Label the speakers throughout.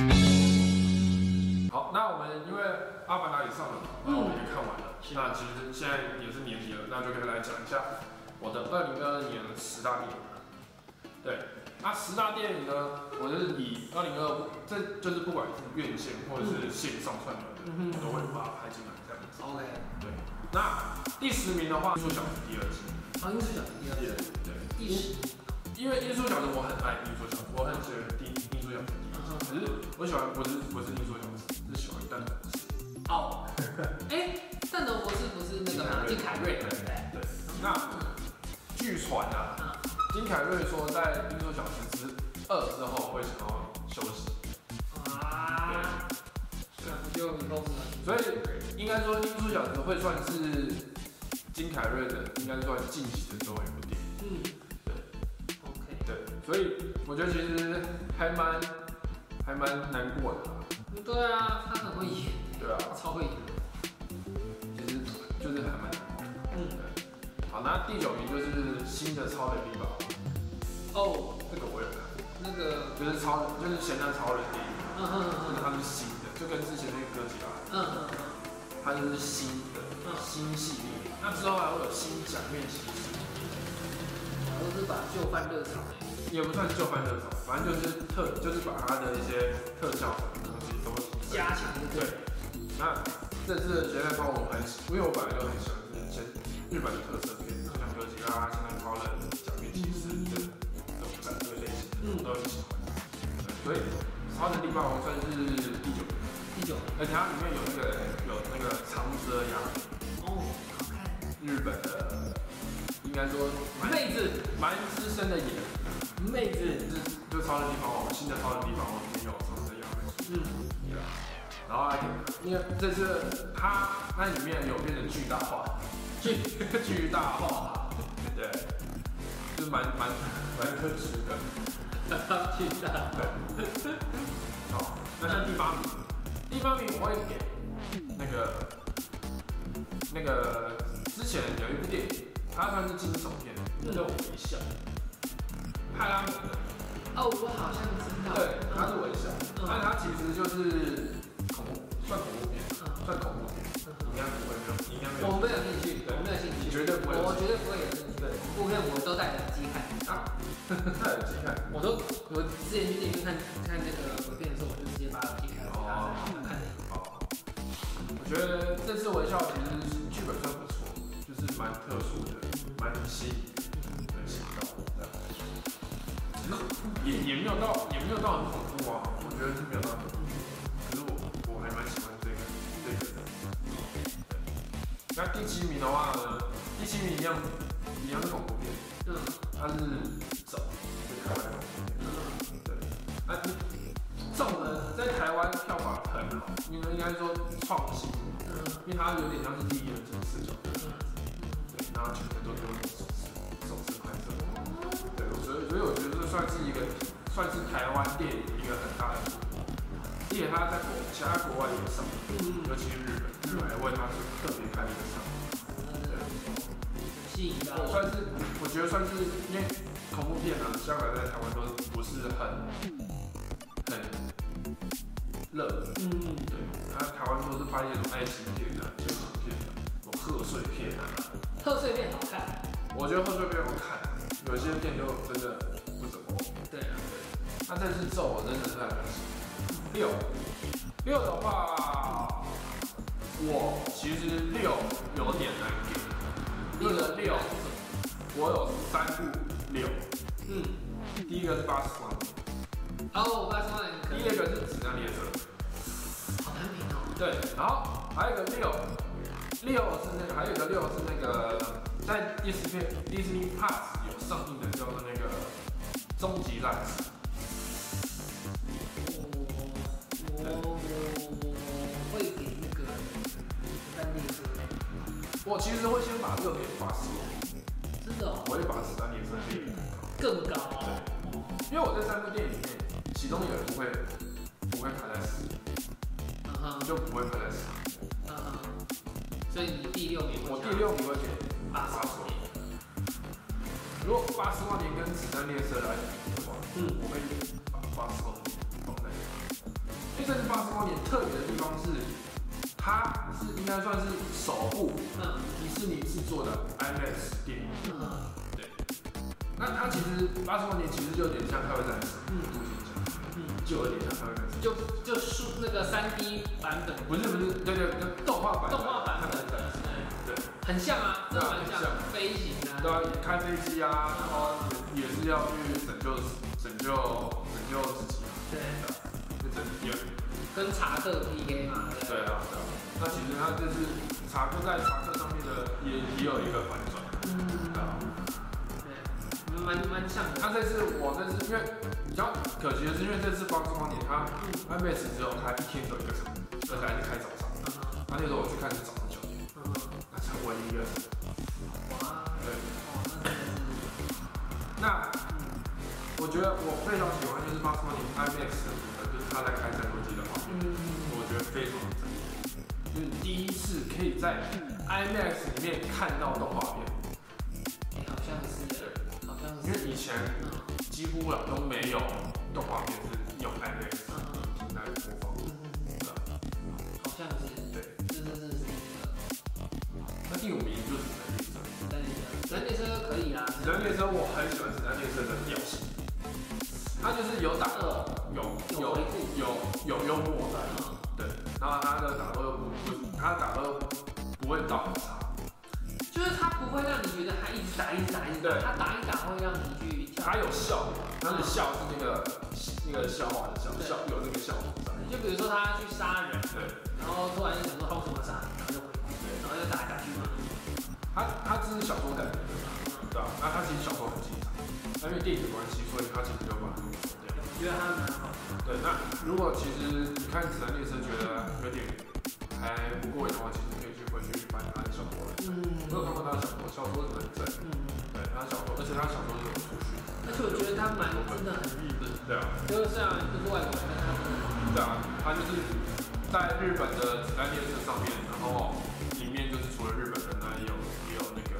Speaker 1: 嗯
Speaker 2: 那其实现在也是年底了，那就可以来讲一下我的二零二二年十大电影。对，那十大电影呢，我就是以二零二，这就是不管是院线或者是线上串流的，
Speaker 1: 嗯
Speaker 2: 都会把它拍进来这样子。
Speaker 1: ，OK，
Speaker 2: 那第十名的话，《艺术小子》第二季。
Speaker 1: 好，英式小第二，
Speaker 2: 对，
Speaker 1: 第十，
Speaker 2: 因为艺术小子我很爱艺术小子，我很喜欢第艺术小子第一季，可是我喜欢不是不是艺术小子，是喜欢蛋挞。
Speaker 1: 哦，哎，蛋头博士不是那个吗？
Speaker 2: 金
Speaker 1: 金
Speaker 2: 凯
Speaker 1: 凯
Speaker 2: 瑞
Speaker 1: 瑞，对不对？
Speaker 2: 对，那据传啊，金凯瑞说在《冰球小时之二》之后会想要休息，
Speaker 1: 啊，那不就你告诉我，
Speaker 2: 所以应该说《冰球小时》会算是金凯瑞的，应该算近期的最后一部电影。
Speaker 1: 嗯
Speaker 2: 对
Speaker 1: ，OK，
Speaker 2: 对，所以我觉得其实还蛮还蛮难过的啦。
Speaker 1: 嗯对啊，他很会演，
Speaker 2: 对啊，
Speaker 1: 超会演，
Speaker 2: 其实就是还蛮难过的。
Speaker 1: 嗯，
Speaker 2: 对好，那第九名就是新的超能力吧，
Speaker 1: 哦，
Speaker 2: 这个我有看，
Speaker 1: 那个，
Speaker 2: 就是超人，就是咸蛋超人电影，
Speaker 1: 嗯嗯
Speaker 2: 就是
Speaker 1: 嗯
Speaker 2: 它是新的，就跟之前那个哥吉拉
Speaker 1: 嗯嗯嗯。
Speaker 2: 它就是新的新系列，那之后还会有新假面骑士，
Speaker 1: 都是把旧饭热炒，
Speaker 2: 也不算旧翻热潮，反正就是特就是把它的一些特效什么东西都
Speaker 1: 加强
Speaker 2: 对。那这次的决赛包我很喜，因为我本来就很喜欢这些日本的特色片，就像哥吉拉、像那超人、假面骑士这种这种战队类型的，我都很喜欢。对所以超能力霸王算是第九名，
Speaker 1: 第九
Speaker 2: 而且它里面有那个有那个长舌羊，
Speaker 1: 哦，好看，
Speaker 2: 日本的应该说蛮
Speaker 1: 妹子，
Speaker 2: 蛮资深的演，
Speaker 1: 妹子，
Speaker 2: 就是就超人地方王，新的超人地方王已经有上升亚美
Speaker 1: 嗯，
Speaker 2: 然后还因为这次他那里面有变成巨大化，巨 巨大化，对，就是蛮蛮蛮可惜的。
Speaker 1: 巨大，
Speaker 2: 好，哦那像第八名，第八名我会给那个那个之前有一部电影，它算是惊悚片，叫做《微笑》，派拉蒙的。
Speaker 1: 哦，我好像知道，
Speaker 2: 对，它是
Speaker 1: 嗯
Speaker 2: 微笑，但它其实就是恐怖，算恐怖片，算恐怖片，应该不会没有，应该没有。
Speaker 1: 我没有兴趣，我没有兴趣，
Speaker 2: 绝对不会有
Speaker 1: 我绝对不会有兴趣，
Speaker 2: 对
Speaker 1: 部片我都戴着耳机看，
Speaker 2: 啊， 戴耳机看，
Speaker 1: 我都我之前去电影院看看那个鬼片的时候，我就直接把耳机开了，然后看了，
Speaker 2: 好。我觉得这次微笑其实剧本算不错，就是蛮特殊的，蛮吸引人，很吸引到我的。其实也也没有到，也没有到很恐怖啊，我觉得是没有到很恐怖。可是我我还蛮喜欢这个这个的。对那第七名的话呢，第七名一样一样是恐怖片，
Speaker 1: 嗯
Speaker 2: 它是走，就是台湾的恐怖片。
Speaker 1: 嗯，
Speaker 2: 对，那这种呢，在台湾票房很好，因为应该说创新，因为它有点像是第一人称视角，对，然后全部都是用手势手势拍摄，对，所以所以我觉得这算是一个算是台湾电影一个很大的突破，而且它在国其他国外也上，尤其是日本，日本还为它是特别开了一个上，
Speaker 1: 吸引到
Speaker 2: 对，
Speaker 1: 我，
Speaker 2: 算是我觉得算是因为恐怖片啊，香港在台湾都不是很很热门。
Speaker 1: 嗯，
Speaker 2: 对，那台湾都是拍那种爱情片啊、剧情片啊、什么贺岁片啊。
Speaker 1: 贺岁片好看，
Speaker 2: 我觉得贺岁片我看，有些片就真的不怎么 OK。
Speaker 1: 对啊，
Speaker 2: 那这次咒我真的是很喜欢。六六的话，我其实六有点难给，因为六我有三部六，
Speaker 1: 嗯，
Speaker 2: 第一个是八十万，
Speaker 1: 好，我把它放
Speaker 2: 第
Speaker 1: 在
Speaker 2: 二个是子弹列车。
Speaker 1: 好难评哦。
Speaker 2: 对，然后还有一个六，六是那个，还有一个六是那个在 Disney Disney Plus 有上映的叫做那个《终极战士》，
Speaker 1: 我我会给那个三列车，
Speaker 2: 我其实会先把六给拔死，
Speaker 1: 真的哦
Speaker 2: 我会把子弹列车列给你
Speaker 1: 更高哦。
Speaker 2: 因为我这三部电影里面，其中有一部会不会排在十，
Speaker 1: 嗯
Speaker 2: 我
Speaker 1: 哼
Speaker 2: 就不会排在十，
Speaker 1: 嗯哼，所以你第六名会
Speaker 2: 我
Speaker 1: 想
Speaker 2: 第六名会给
Speaker 1: 八
Speaker 2: 八
Speaker 1: 十
Speaker 2: 十万年。如果八十万年跟子弹列车来比的话，
Speaker 1: 嗯
Speaker 2: 我会把八十万年放在，因为这次八十光年特别的地方是，它它是应该算是首部
Speaker 1: 嗯
Speaker 2: 迪士尼制作的 IMAX 电影。
Speaker 1: 嗯
Speaker 2: 那它其实八十万年其实就有点像《开胃战士》
Speaker 1: 嗯
Speaker 2: 独行侠，
Speaker 1: 嗯，
Speaker 2: 就有点像《开胃战士
Speaker 1: 就就输那个三 D 版本》。
Speaker 2: 不是不是，对对，对动画版
Speaker 1: 动画版
Speaker 2: 看
Speaker 1: 本
Speaker 2: 得出来
Speaker 1: 的，
Speaker 2: 对，
Speaker 1: 很像啊，真的蛮
Speaker 2: 对
Speaker 1: 像
Speaker 2: 啊
Speaker 1: 的，飞行啊，
Speaker 2: 对啊，开飞机啊，然后也也是要去拯救拯救拯救自己，
Speaker 1: 对，
Speaker 2: 去拯救。
Speaker 1: 跟查克 PK 嘛，对
Speaker 2: 对啊，对啊。那其实它就是查克在查克上面的也也有一个反转，
Speaker 1: 嗯，
Speaker 2: 对啊。
Speaker 1: 对，蛮蛮像的，
Speaker 2: 那这次我这次因为比较可惜的是，因为这次帮光年它
Speaker 1: 嗯
Speaker 2: IMAX 只有开一天只有一个场，而且还是开早上。
Speaker 1: 嗯
Speaker 2: 那那时候我去看是早上九点，
Speaker 1: 嗯，
Speaker 2: 那才唯一一个。
Speaker 1: 哇，
Speaker 2: 对，
Speaker 1: 哦，那真的是，
Speaker 2: 那
Speaker 1: 嗯
Speaker 2: 我觉得我非常喜欢就是帮光年 IMAX 的部分，就是它在开战斗机的话，
Speaker 1: 嗯，
Speaker 2: 我觉得非常赞，就是第一次可以在 IMAX 里面看到动画片，
Speaker 1: 哎，好像是，好像
Speaker 2: 因为
Speaker 1: 是，
Speaker 2: 以前
Speaker 1: 嗯
Speaker 2: 几乎啊都没有动画片是用 IMAX
Speaker 1: 嗯
Speaker 2: 来播放的。
Speaker 1: 嗯，好像是，
Speaker 2: 对，
Speaker 1: 是是是是那
Speaker 2: 那第五名就是《神力车》。
Speaker 1: 个三 D 车，三 D 车可以啊，
Speaker 2: 子弹列车我很喜欢子弹列车的调性，它就是有打斗，有
Speaker 1: 有
Speaker 2: 有
Speaker 1: 回顾，
Speaker 2: 有有幽默在，
Speaker 1: 嗯
Speaker 2: 对，然后它的打斗又不不，它的打斗不会到很差，
Speaker 1: 就是它不会让你觉得它一直打一直打一直打，
Speaker 2: 对
Speaker 1: 它打一打会让你去跳。
Speaker 2: 它有笑，它的笑是那个那个笑话的笑，
Speaker 1: 对
Speaker 2: 笑有那个笑话在，
Speaker 1: 就比如说他去杀人，
Speaker 2: 对，
Speaker 1: 然后突然就想说哦怎么杀，然后就回顾，
Speaker 2: 对，
Speaker 1: 然后就打来打去嘛。
Speaker 2: 它它只是小说改编的，对吧？那它其实小说很精彩，但因为电影的关系，所以它其实就把它弄掉。
Speaker 1: 觉得他蛮好，
Speaker 2: 对，那如果其实你看《子弹列车》觉得有点还不过瘾的话，其实可以去回去翻他的小说。
Speaker 1: 嗯
Speaker 2: 我有看过他的小说，小说是很正，
Speaker 1: 嗯，
Speaker 2: 对，他的小说，而且他的小说是有出去的。
Speaker 1: 而且我觉得他蛮真的很日本，
Speaker 2: 对啊，
Speaker 1: 就是虽然不是外国人，但他真的很
Speaker 2: 对啊，他就是在日本的子弹列车上面，然后里面就是除了日本人，那也有也有那个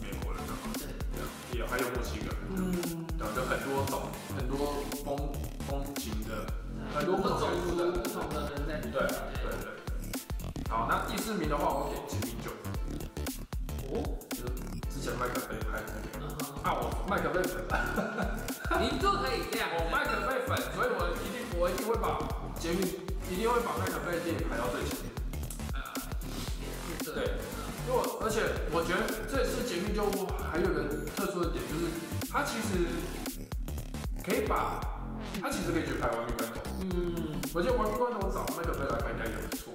Speaker 2: 美国人啊，
Speaker 1: 对，
Speaker 2: 对啊，也有还有墨西哥人，
Speaker 1: 嗯，
Speaker 2: 对啊，就很多种很多风风情的，
Speaker 1: 很多不种族的不同的人在里
Speaker 2: 对
Speaker 1: 面，
Speaker 2: 对对对。好，那第四名的话，我给《秦明九》。
Speaker 1: 哦，
Speaker 2: 就是之前麦克菲拍的那个。
Speaker 1: 嗯哼
Speaker 2: 啊，我麦克菲粉，
Speaker 1: 你就可以这样，
Speaker 2: 我麦克菲粉，所以我一定我一定会把节目，一定会把麦克菲的电影排到最前面。
Speaker 1: 呃，也是
Speaker 2: 对，因为我而且我觉得这次节目就还有一个特殊的点，就是它其实可以把它其实可以去拍《完美关头》，
Speaker 1: 嗯，
Speaker 2: 我觉得《完美关头》找麦克菲来拍应该也不错。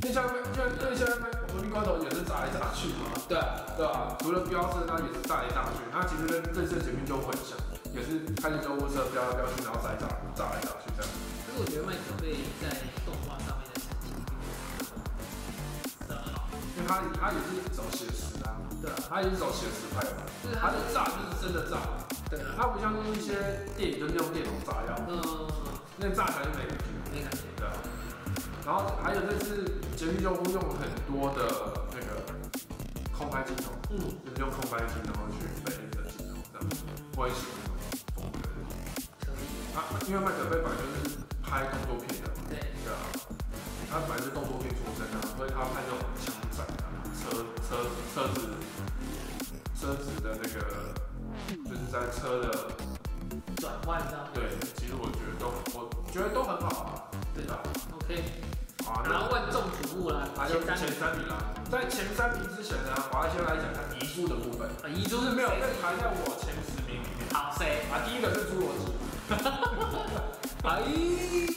Speaker 2: 就像就对像《完美关头》也是炸来炸去嘛，
Speaker 1: 对，
Speaker 2: 对啊，除了飙车，它也是炸来炸去，它其实跟这次的前面就很像，也是开着救护车飙来飙去，然后炸来炸炸来炸去这样。
Speaker 1: 可是我觉得麦克贝在动画上面的成绩的好，
Speaker 2: 因为它它也是走写实啊，
Speaker 1: 对啊，
Speaker 2: 它也是走写实派嘛，
Speaker 1: 就是
Speaker 2: 它
Speaker 1: 他
Speaker 2: 的
Speaker 1: 的
Speaker 2: 炸就是真的炸，
Speaker 1: 啊对啊，
Speaker 2: 它不像是一些电影就是用电筒炸药，
Speaker 1: 嗯，
Speaker 2: 那炸起来就没感觉。
Speaker 1: 没感觉，
Speaker 2: 对啊，然后还有这次前面就用很多的那个空拍镜头，
Speaker 1: 嗯，
Speaker 2: 就是用空拍镜头去飞的镜头这样，我很喜欢这种风格。
Speaker 1: 可以，
Speaker 2: 啊，因为麦克菲本来就是拍动作片的嘛，
Speaker 1: 对，
Speaker 2: 对啊，他本来是动作片出身啊，所以他拍那种枪战啊、车车车子、车子的那个，就是在车的，
Speaker 1: 转换到呃
Speaker 2: 对，其实我觉得都，我觉得都很好啊，
Speaker 1: 对
Speaker 2: 吧？
Speaker 1: OK，
Speaker 2: 啊，
Speaker 1: 然后万众瞩目啦，
Speaker 2: 他就
Speaker 1: 前
Speaker 2: 前
Speaker 1: 三名
Speaker 2: 三名啦，在前三名之前呢，我要先来讲他遗珠的部分，
Speaker 1: 啊，遗珠
Speaker 2: 就是是没有
Speaker 1: 谁
Speaker 2: 被排在我前十名里面
Speaker 1: 呃好谁？
Speaker 2: 啊。第一个是侏罗纪，
Speaker 1: 哎，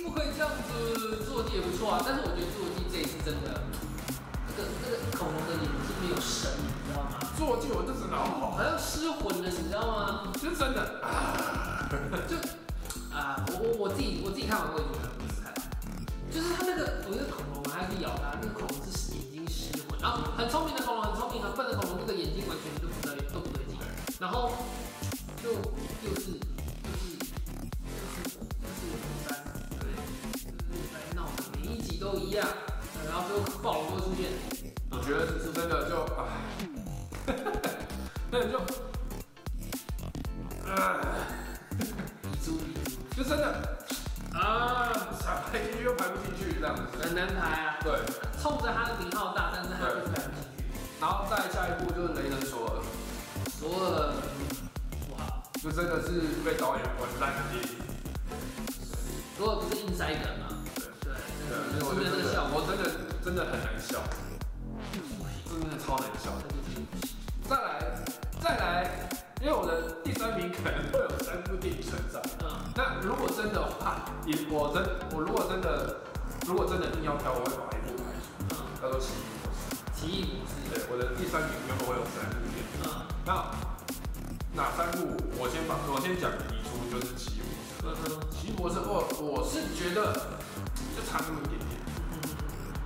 Speaker 1: 不可以这样子，侏罗纪也不错啊，但是我觉得侏罗纪这一次真的，那个那个恐龙的眼睛没有神，你知道吗？
Speaker 2: 侏罗纪我就只脑好，
Speaker 1: 好像呃失魂了，你知道吗？
Speaker 2: 就是真的。
Speaker 1: 就啊、我我我自己我自己看完我也觉得很不看，就是它那个我觉得恐龙啊，它去咬它，那个恐龙是眼睛失魂，然后很聪明的恐龙，很聪明很笨的恐龙，那个眼睛完全都不对都不对劲，然后就又是又是又是又是火山，对不对？就是来闹的，每一集都一样，然后最后暴龙会出现，
Speaker 2: 我觉得是真的就唉， 那就，唉，
Speaker 1: 遗珠遗珠
Speaker 2: 就真的
Speaker 1: 啊，啊，
Speaker 2: 想排进去又排不进去这样子。
Speaker 1: 很难排啊，
Speaker 2: 对，
Speaker 1: 冲着他的名号大，但是他就是排不进去。
Speaker 2: 然后再下一步就是雷神索尔，
Speaker 1: 索尔不好，
Speaker 2: 就真的是被导演玩烂的电影。
Speaker 1: 索尔不是 insider 吗？
Speaker 2: 对
Speaker 1: 对，
Speaker 2: 对，
Speaker 1: 那
Speaker 2: 所以我
Speaker 1: 个
Speaker 2: 就真的
Speaker 1: 那个效，果
Speaker 2: 我真的真的很难笑，真的超难笑。再来，再来，因为我的第三名可能会有三部电影存在。
Speaker 1: 嗯，
Speaker 2: 那如果真的话，也我真我如果真的如果真的硬要挑，我会把一部排除，
Speaker 1: 嗯，
Speaker 2: 叫做《奇异博士
Speaker 1: 奇异博士，》。
Speaker 2: 对，我的第三名原本会有三部电影，
Speaker 1: 嗯
Speaker 2: 那哪三部？我先把我先讲移出，就是《奇异博士》。
Speaker 1: 嗯哼，
Speaker 2: 奇异博士二，我是觉得就差那么一点点，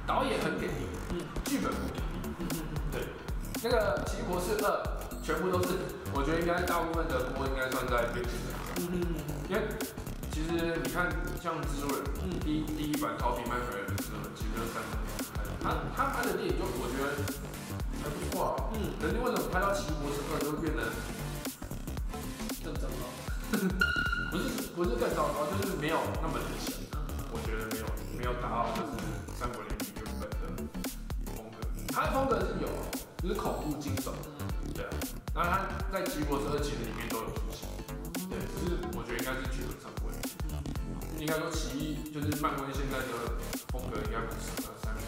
Speaker 2: 导演很给力，
Speaker 1: 嗯
Speaker 2: 剧本不给力。
Speaker 1: 嗯嗯
Speaker 2: 对，那个奇异博士二全部都是，我觉得应该大部分的锅应该算在编剧身上，
Speaker 1: 嗯
Speaker 2: 因为其实你看像蜘蛛人
Speaker 1: 嗯嗯，
Speaker 2: 第一第一版超皮麦克人的蜘蛛人其实就三分钟拍的，他他拍的电影就我觉得还不错啊，
Speaker 1: 嗯，
Speaker 2: 可是为什么拍到奇异博士二就变得
Speaker 1: 更糟糕。
Speaker 2: 不是不是更糟糕，就是没有那么理想。我觉得没有没有达到就是三国联军原本的风格，他的风格是有，就是恐怖惊悚，对啊。然后他在《奇异博士二》其实里面都有出现，对，只是我觉得应该是剧本上不会，应该说奇异就是漫威现在的风格应该不适合三国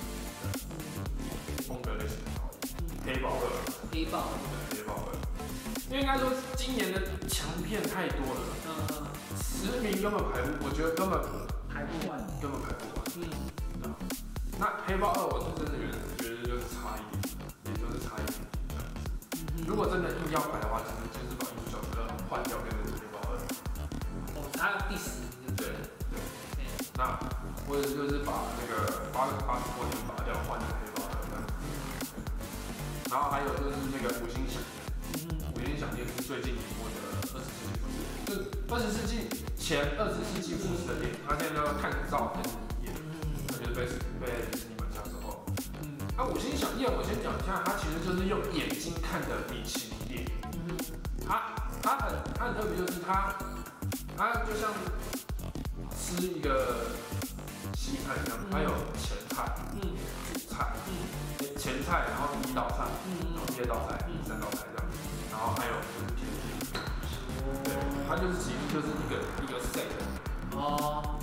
Speaker 2: 的风格类型的导演，黑豹二，
Speaker 1: 黑豹，
Speaker 2: 对，黑豹二，因为应该说今年的强片太多了，
Speaker 1: 嗯，
Speaker 2: 十名根本排不，我觉得根本
Speaker 1: 还不完。
Speaker 2: 根本排不完。
Speaker 1: 嗯，
Speaker 2: 那黑豹二，我是真的觉得觉得就是差一点，也就是差一点点这样子。如果真的硬要摆的话，就是就是把女主角的换掉，变成黑豹二。
Speaker 1: 哦，他第十名，
Speaker 2: 对对，那或者就是把那个八八十多年拔掉，换成黑豹二这样子。然后还有就是那个五星响电，
Speaker 1: 嗯，
Speaker 2: 五星响电是最近一部的二十世纪复制，就是二十世纪前二十世纪复制的电影，它现在叫看照片演，那就是被被迪士尼买下之后。
Speaker 1: 嗯，
Speaker 2: 那五星响宴，我先讲一下，它其实就是用眼睛看的米其林电影。它它很它很特别，就是它它就像吃一个西餐一样，它有前菜、
Speaker 1: 嗯，
Speaker 2: 主菜、前菜，然后第一道菜，然后
Speaker 1: 嗯，
Speaker 2: 第二道菜、第三道菜这样，然后还有就是甜点，对，它就是其实就是一个一个 set，
Speaker 1: 哦，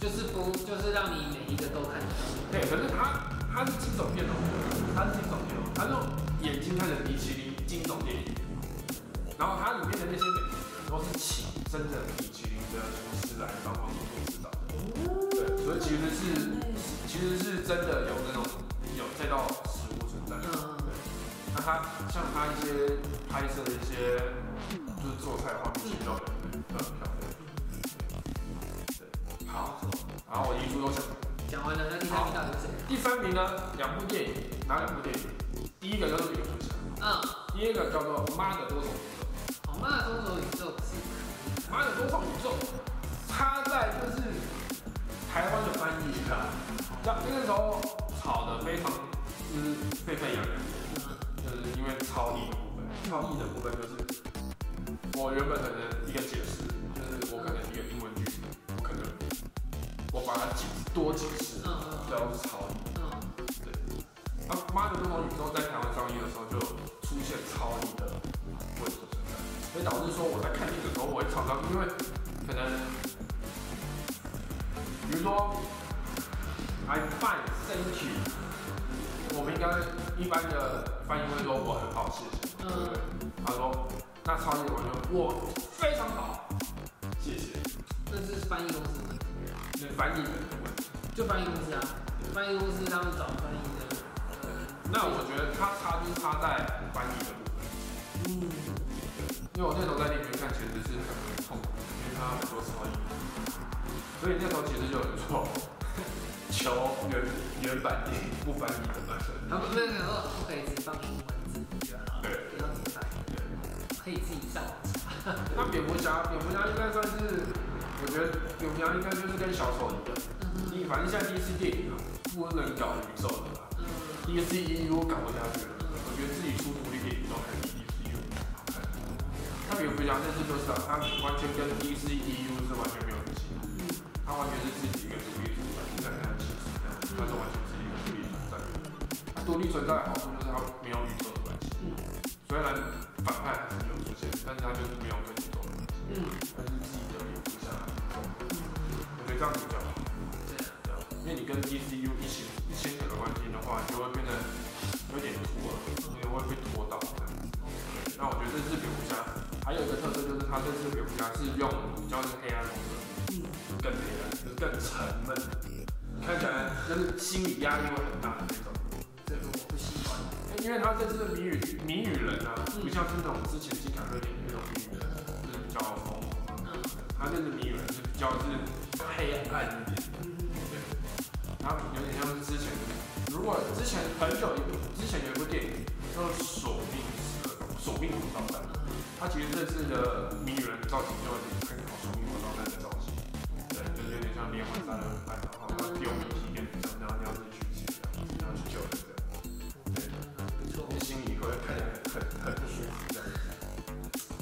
Speaker 1: 就是不，就是让你每一个都看到。
Speaker 2: 对，可是它它是惊悚片哦，它是惊悚片哦，它是用眼睛看着米其林惊悚电影，然后它里面的那些美食都是请真的米其林的厨师来帮忙做指导的，对，所以其实是其实是真的有那种有这道食物存在。
Speaker 1: 嗯，
Speaker 2: 那它像它一些拍摄的一些就是做菜的画面，其实都很都很漂亮。对，好，然后我遗珠都想
Speaker 1: 讲完了，那第三名到底是谁？
Speaker 2: 第三名呢，两部电影，哪两部电影？第一个叫做《蝙蝠侠
Speaker 1: 嗯，》，
Speaker 2: 第一个叫做《妈的多重宇宙
Speaker 1: 好，那中轴宇宙是，》。
Speaker 2: 妈的多重宇宙，它在就是台湾的翻译啊，像那个时候炒的非常就是沸沸扬扬，就是因为超译的部分，超译的部分就是我原本可能一个解释，就是我可能一个英文句子，我可能我把它解多解释
Speaker 1: 嗯，嗯
Speaker 2: 叫超译。
Speaker 1: 嗯，
Speaker 2: 啊，妈的多重宇宙在台湾上映的时候就出现超译的问题存在，所以导致说我在看电影的时候，我会常常因为可能，比如说 I fine thank you，我们应该一般的翻译会说我很好，谢谢，对不对？他说那超译的完全我非常好，谢谢，
Speaker 1: 那是翻译公司的问题。
Speaker 2: 那翻译人的问题。
Speaker 1: 就翻译公司啊，翻译公司他们找翻译的。呃
Speaker 2: 那我觉得它差就差在翻译的部分。
Speaker 1: 嗯，
Speaker 2: 因为我那时候在那边看，其实是很痛苦，因为他很多超译，所以那时候其实就有人 说求原原版电影不翻译的版本。
Speaker 1: 他们那个说不可以只放英文字幕就好，
Speaker 2: 对
Speaker 1: 不要只翻译，
Speaker 2: 对，
Speaker 1: 可以自己上网查。
Speaker 2: 那蝙蝠侠，蝙蝠侠应该算是，我觉得蝙蝠侠应该就是跟小丑一样，
Speaker 1: 嗯
Speaker 2: 你反正现在 DC 电影啊，不能搞宇宙的啦，DC
Speaker 1: 嗯
Speaker 2: EU 搞不下去了，我觉得自己出独立电影都还比 DC EU 好看。E 那蝙蝠侠那次就是啊，他完全跟 DC EU 是完全没有关系的。
Speaker 1: 嗯，
Speaker 2: 的好处就是它没有宇宙的关系，
Speaker 1: 嗯
Speaker 2: 虽然反派还是有出现，但是它就是没有跟宇宙的关系，
Speaker 1: 嗯，
Speaker 2: 它是自己的一部下来，我觉得这样子比较好。
Speaker 1: 对啊，
Speaker 2: 这样因为你跟 DCU 一起一牵扯的关系的话，你就会变得有点拖了，你会被拖到这样。那我觉得这次蝙蝠侠还有一个特色就是，它这次蝙蝠侠是用比较是黑暗风格，
Speaker 1: 嗯
Speaker 2: 更黑暗，就是更沉闷，看起来就是心理压力会很大的那种。
Speaker 1: 这个我不喜欢。
Speaker 2: 因为他这次的谜语谜语人啊，
Speaker 1: 嗯
Speaker 2: 不像是那种之前金凯瑞演的那种谜语人，就是比较疯狂
Speaker 1: 嗯
Speaker 2: 他这次谜语人是比较是黑暗一点，
Speaker 1: 嗯
Speaker 2: 然后有点像是之前，如果之前很久一部，之前有一部电影叫做《索命十二宫》，索命红导弹，他其实这次的谜语人造型就有点参考索命红导弹的造型，对，就是有点像连环杀人犯，然后他丢谜题给你，然后你要自己去解，然后去救人这样。
Speaker 1: 不错，
Speaker 2: 心里会看起来很很不舒服这样。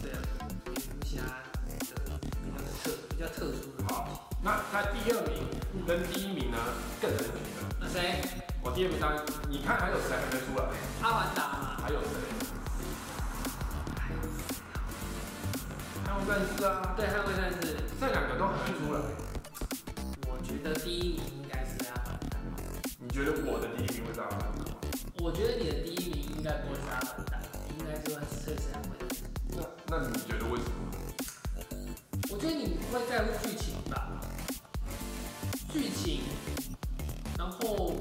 Speaker 1: 对啊，蝙蝠侠的比较特比较特殊的。
Speaker 2: 好，那那第二名跟第一名呢更难评了。
Speaker 1: 那谁？
Speaker 2: 我第二名当然，你看还有谁还没出来？
Speaker 1: 阿凡达嘛。
Speaker 2: 还有谁？还有认识啊，
Speaker 1: 对，捍卫战士，
Speaker 2: 这两个都还没出来。
Speaker 1: 我觉得第一名应该是阿凡达。
Speaker 2: 你觉得我的第一名会是阿凡达吗？
Speaker 1: 我觉得你的第一名应该不会是阿凡达，应该就会是会是捍卫战士。
Speaker 2: 那那你觉得为什么？
Speaker 1: 我觉得你不会在乎剧情吧？剧情，然后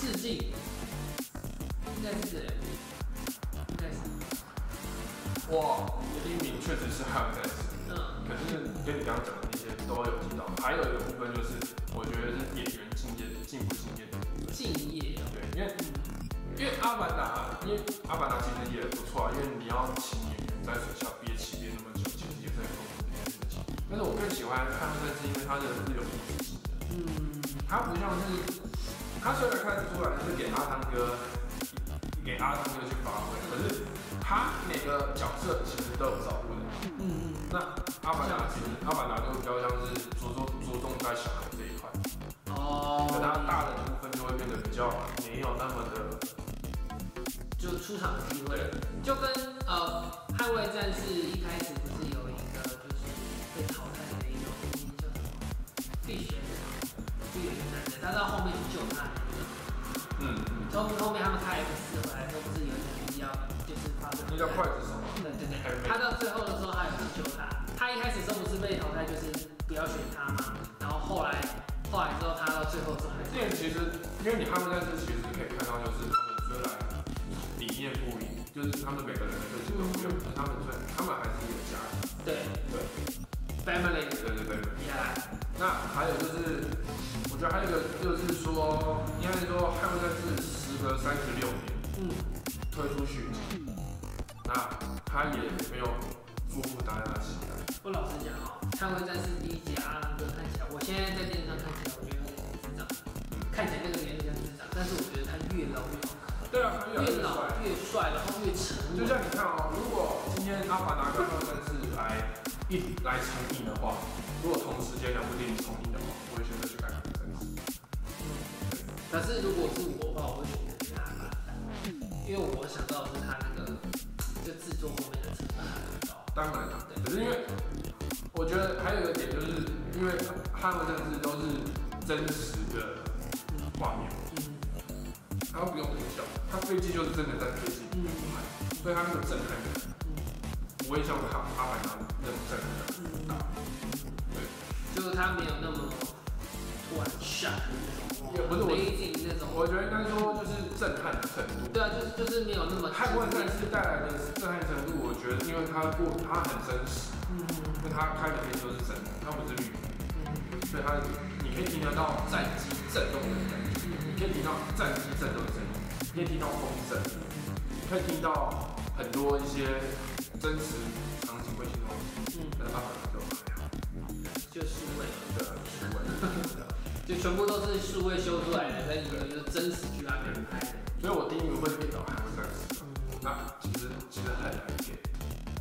Speaker 1: 致敬，应该是这两个，应该是，
Speaker 2: 哇，第一名确实是还有在士，
Speaker 1: 嗯
Speaker 2: 可是跟你刚刚讲的那些都有提到，还有一个部分就是，我觉得是演员境界进不进阶的部分。
Speaker 1: 敬业哦，
Speaker 2: 对，因为
Speaker 1: 嗯
Speaker 2: 因为阿凡达，因为阿凡达其实也不错啊，因为你要请演员在水下憋气憋那么久，其实也是很痛苦的一件事情。但是我更喜欢看战是因为它的是有故事性的，
Speaker 1: 嗯，
Speaker 2: 它不像是，它虽然看得出来是给阿汤哥，给阿汤哥去发挥，可是它每个角色其实都有照顾的。
Speaker 1: 嗯嗯
Speaker 2: 那阿凡达其实阿凡达就比较像是着重着重在小孩这一块。
Speaker 1: 嗯，
Speaker 2: 可它
Speaker 1: 哦，
Speaker 2: 大的部分就会变得比较没有那么的，
Speaker 1: 就出场的机会了，就跟呃《捍卫战士》一开始不是有一个就是被淘汰的那种叫什么必选就有一个男的，他到后面去救他那个。
Speaker 2: 嗯嗯，
Speaker 1: 然后后面他们开 X 回来之后，不是有一场比较就是发生
Speaker 2: 那叫筷子手嘛，
Speaker 1: 对对对，他到最后的时候，他有去救他。他一开始时候不是被淘汰，就是不要选他嘛。然后后来后来之后，他到最后之后还
Speaker 2: 这
Speaker 1: 是
Speaker 2: 点其实，因为你他们在这其实可以看到，就是他们虽然理念不一，就是他们每个人的个性都不一样，可是他们虽他们还是一个家。
Speaker 1: 对
Speaker 2: 对
Speaker 1: family
Speaker 2: 对对对对。
Speaker 1: 厉害，
Speaker 2: 那还有就是，我觉得还有一个就是说，应该说《汉克战士》时隔三十六年
Speaker 1: 嗯，
Speaker 2: 推出续集，那他也没有辜负大家的期待。
Speaker 1: 我老实讲哦，《捍卫战士》第一集阿郎哥看起来，我现在在电视上看起来，我觉得有点智障，
Speaker 2: 嗯
Speaker 1: 看起来那个有点像智障，但是我觉得他越老越好看，
Speaker 2: 对啊，他越来
Speaker 1: 越
Speaker 2: 越
Speaker 1: 老
Speaker 2: 帅。
Speaker 1: 越帅，然后越沉
Speaker 2: 就
Speaker 1: 稳。
Speaker 2: 像你看哦，如果今天阿凡达跟二战士来一来重映的话，如果同时间两部电影重映的话，我会选择去看《阿凡达》。
Speaker 1: 可是如果是我的话，我会选择去看阿凡达，因为我想到的是他那个就制作后面的成本很高。
Speaker 2: 当然了，可是因为我觉得还有一个点，就是因为《捍卫战士》都是真实的画面，
Speaker 1: 嗯
Speaker 2: 它不用特效，它飞机就是真的在飞机，
Speaker 1: 嗯
Speaker 2: 所以它那个震撼感不会像阿阿凡达那种震撼感。
Speaker 1: 嗯嗯，就是他没有那么突然 shock 的那种，
Speaker 2: 也不是我
Speaker 1: 雷景那种。
Speaker 2: 我觉得应该说就是震撼的程度。
Speaker 1: 对啊，就是就是没有那么
Speaker 2: 汉万战士带来的震撼程度，我觉得因为它过它很真实，
Speaker 1: 嗯
Speaker 2: 因为它开的片都是真的，它不是绿幕，
Speaker 1: 嗯
Speaker 2: 所以它你可以听得到战机震动的声音，你可以听到战机震动的声音，你可以听到风声，你可以听到很多一些真实场景会听到的
Speaker 1: 嗯，
Speaker 2: 但是阿凡达就还好，
Speaker 1: 就是为了。
Speaker 2: 对，很舒稳。
Speaker 1: 就全部都是数位修出来的，跟一个就是真实去那边拍的。
Speaker 2: 所以我第一名会给到汉万战士，那其实其实很难给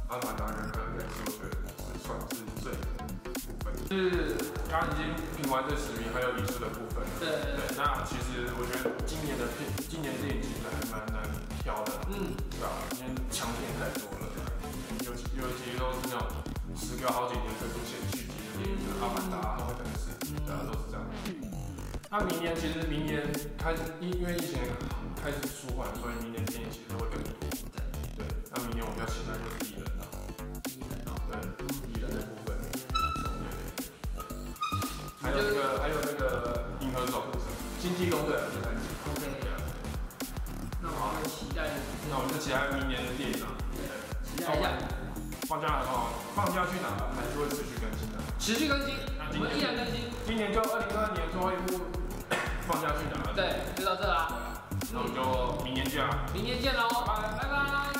Speaker 2: 阿凡达跟汉万战士，我觉得是算是最好的部分。就是刚刚已经评完这十名，还有遗书的部分。
Speaker 1: 对
Speaker 2: 对
Speaker 1: 对对，，
Speaker 2: 那其实我觉得今年的片，今年电影其实还蛮难挑的，
Speaker 1: 嗯，
Speaker 2: 对吧？因为强片太多了，尤其尤其都是那种时隔好几年推出新续集的电影，就是《阿凡达》都会等死，对啊，都是这样。那明年其实明年开始，因因为疫情开始舒缓，所以明年电影其实会更多。对，那明年我比较期待就是艺人了，
Speaker 1: 一人哦，
Speaker 2: 对，艺人的部分。对还
Speaker 1: 还
Speaker 2: 有那
Speaker 1: 有那
Speaker 2: 个，还有那个银河守护者，经济攻略这三集。
Speaker 1: OK，那我们期待
Speaker 2: 那我们就期待明年的电影啊。
Speaker 1: 期待一下，
Speaker 2: 放假很好，放假去哪吧，还是会持续更新的。
Speaker 1: 持续更新，
Speaker 2: 那
Speaker 1: 我
Speaker 2: 今
Speaker 1: 们依
Speaker 2: 年，
Speaker 1: 然更新，
Speaker 2: 今年就二零二二年最后一部放假去哪了。
Speaker 1: 对，就到这啦，
Speaker 2: 那我们就明年见啊，
Speaker 1: 明天见喽，哦
Speaker 2: 拜拜。
Speaker 1: 拜拜。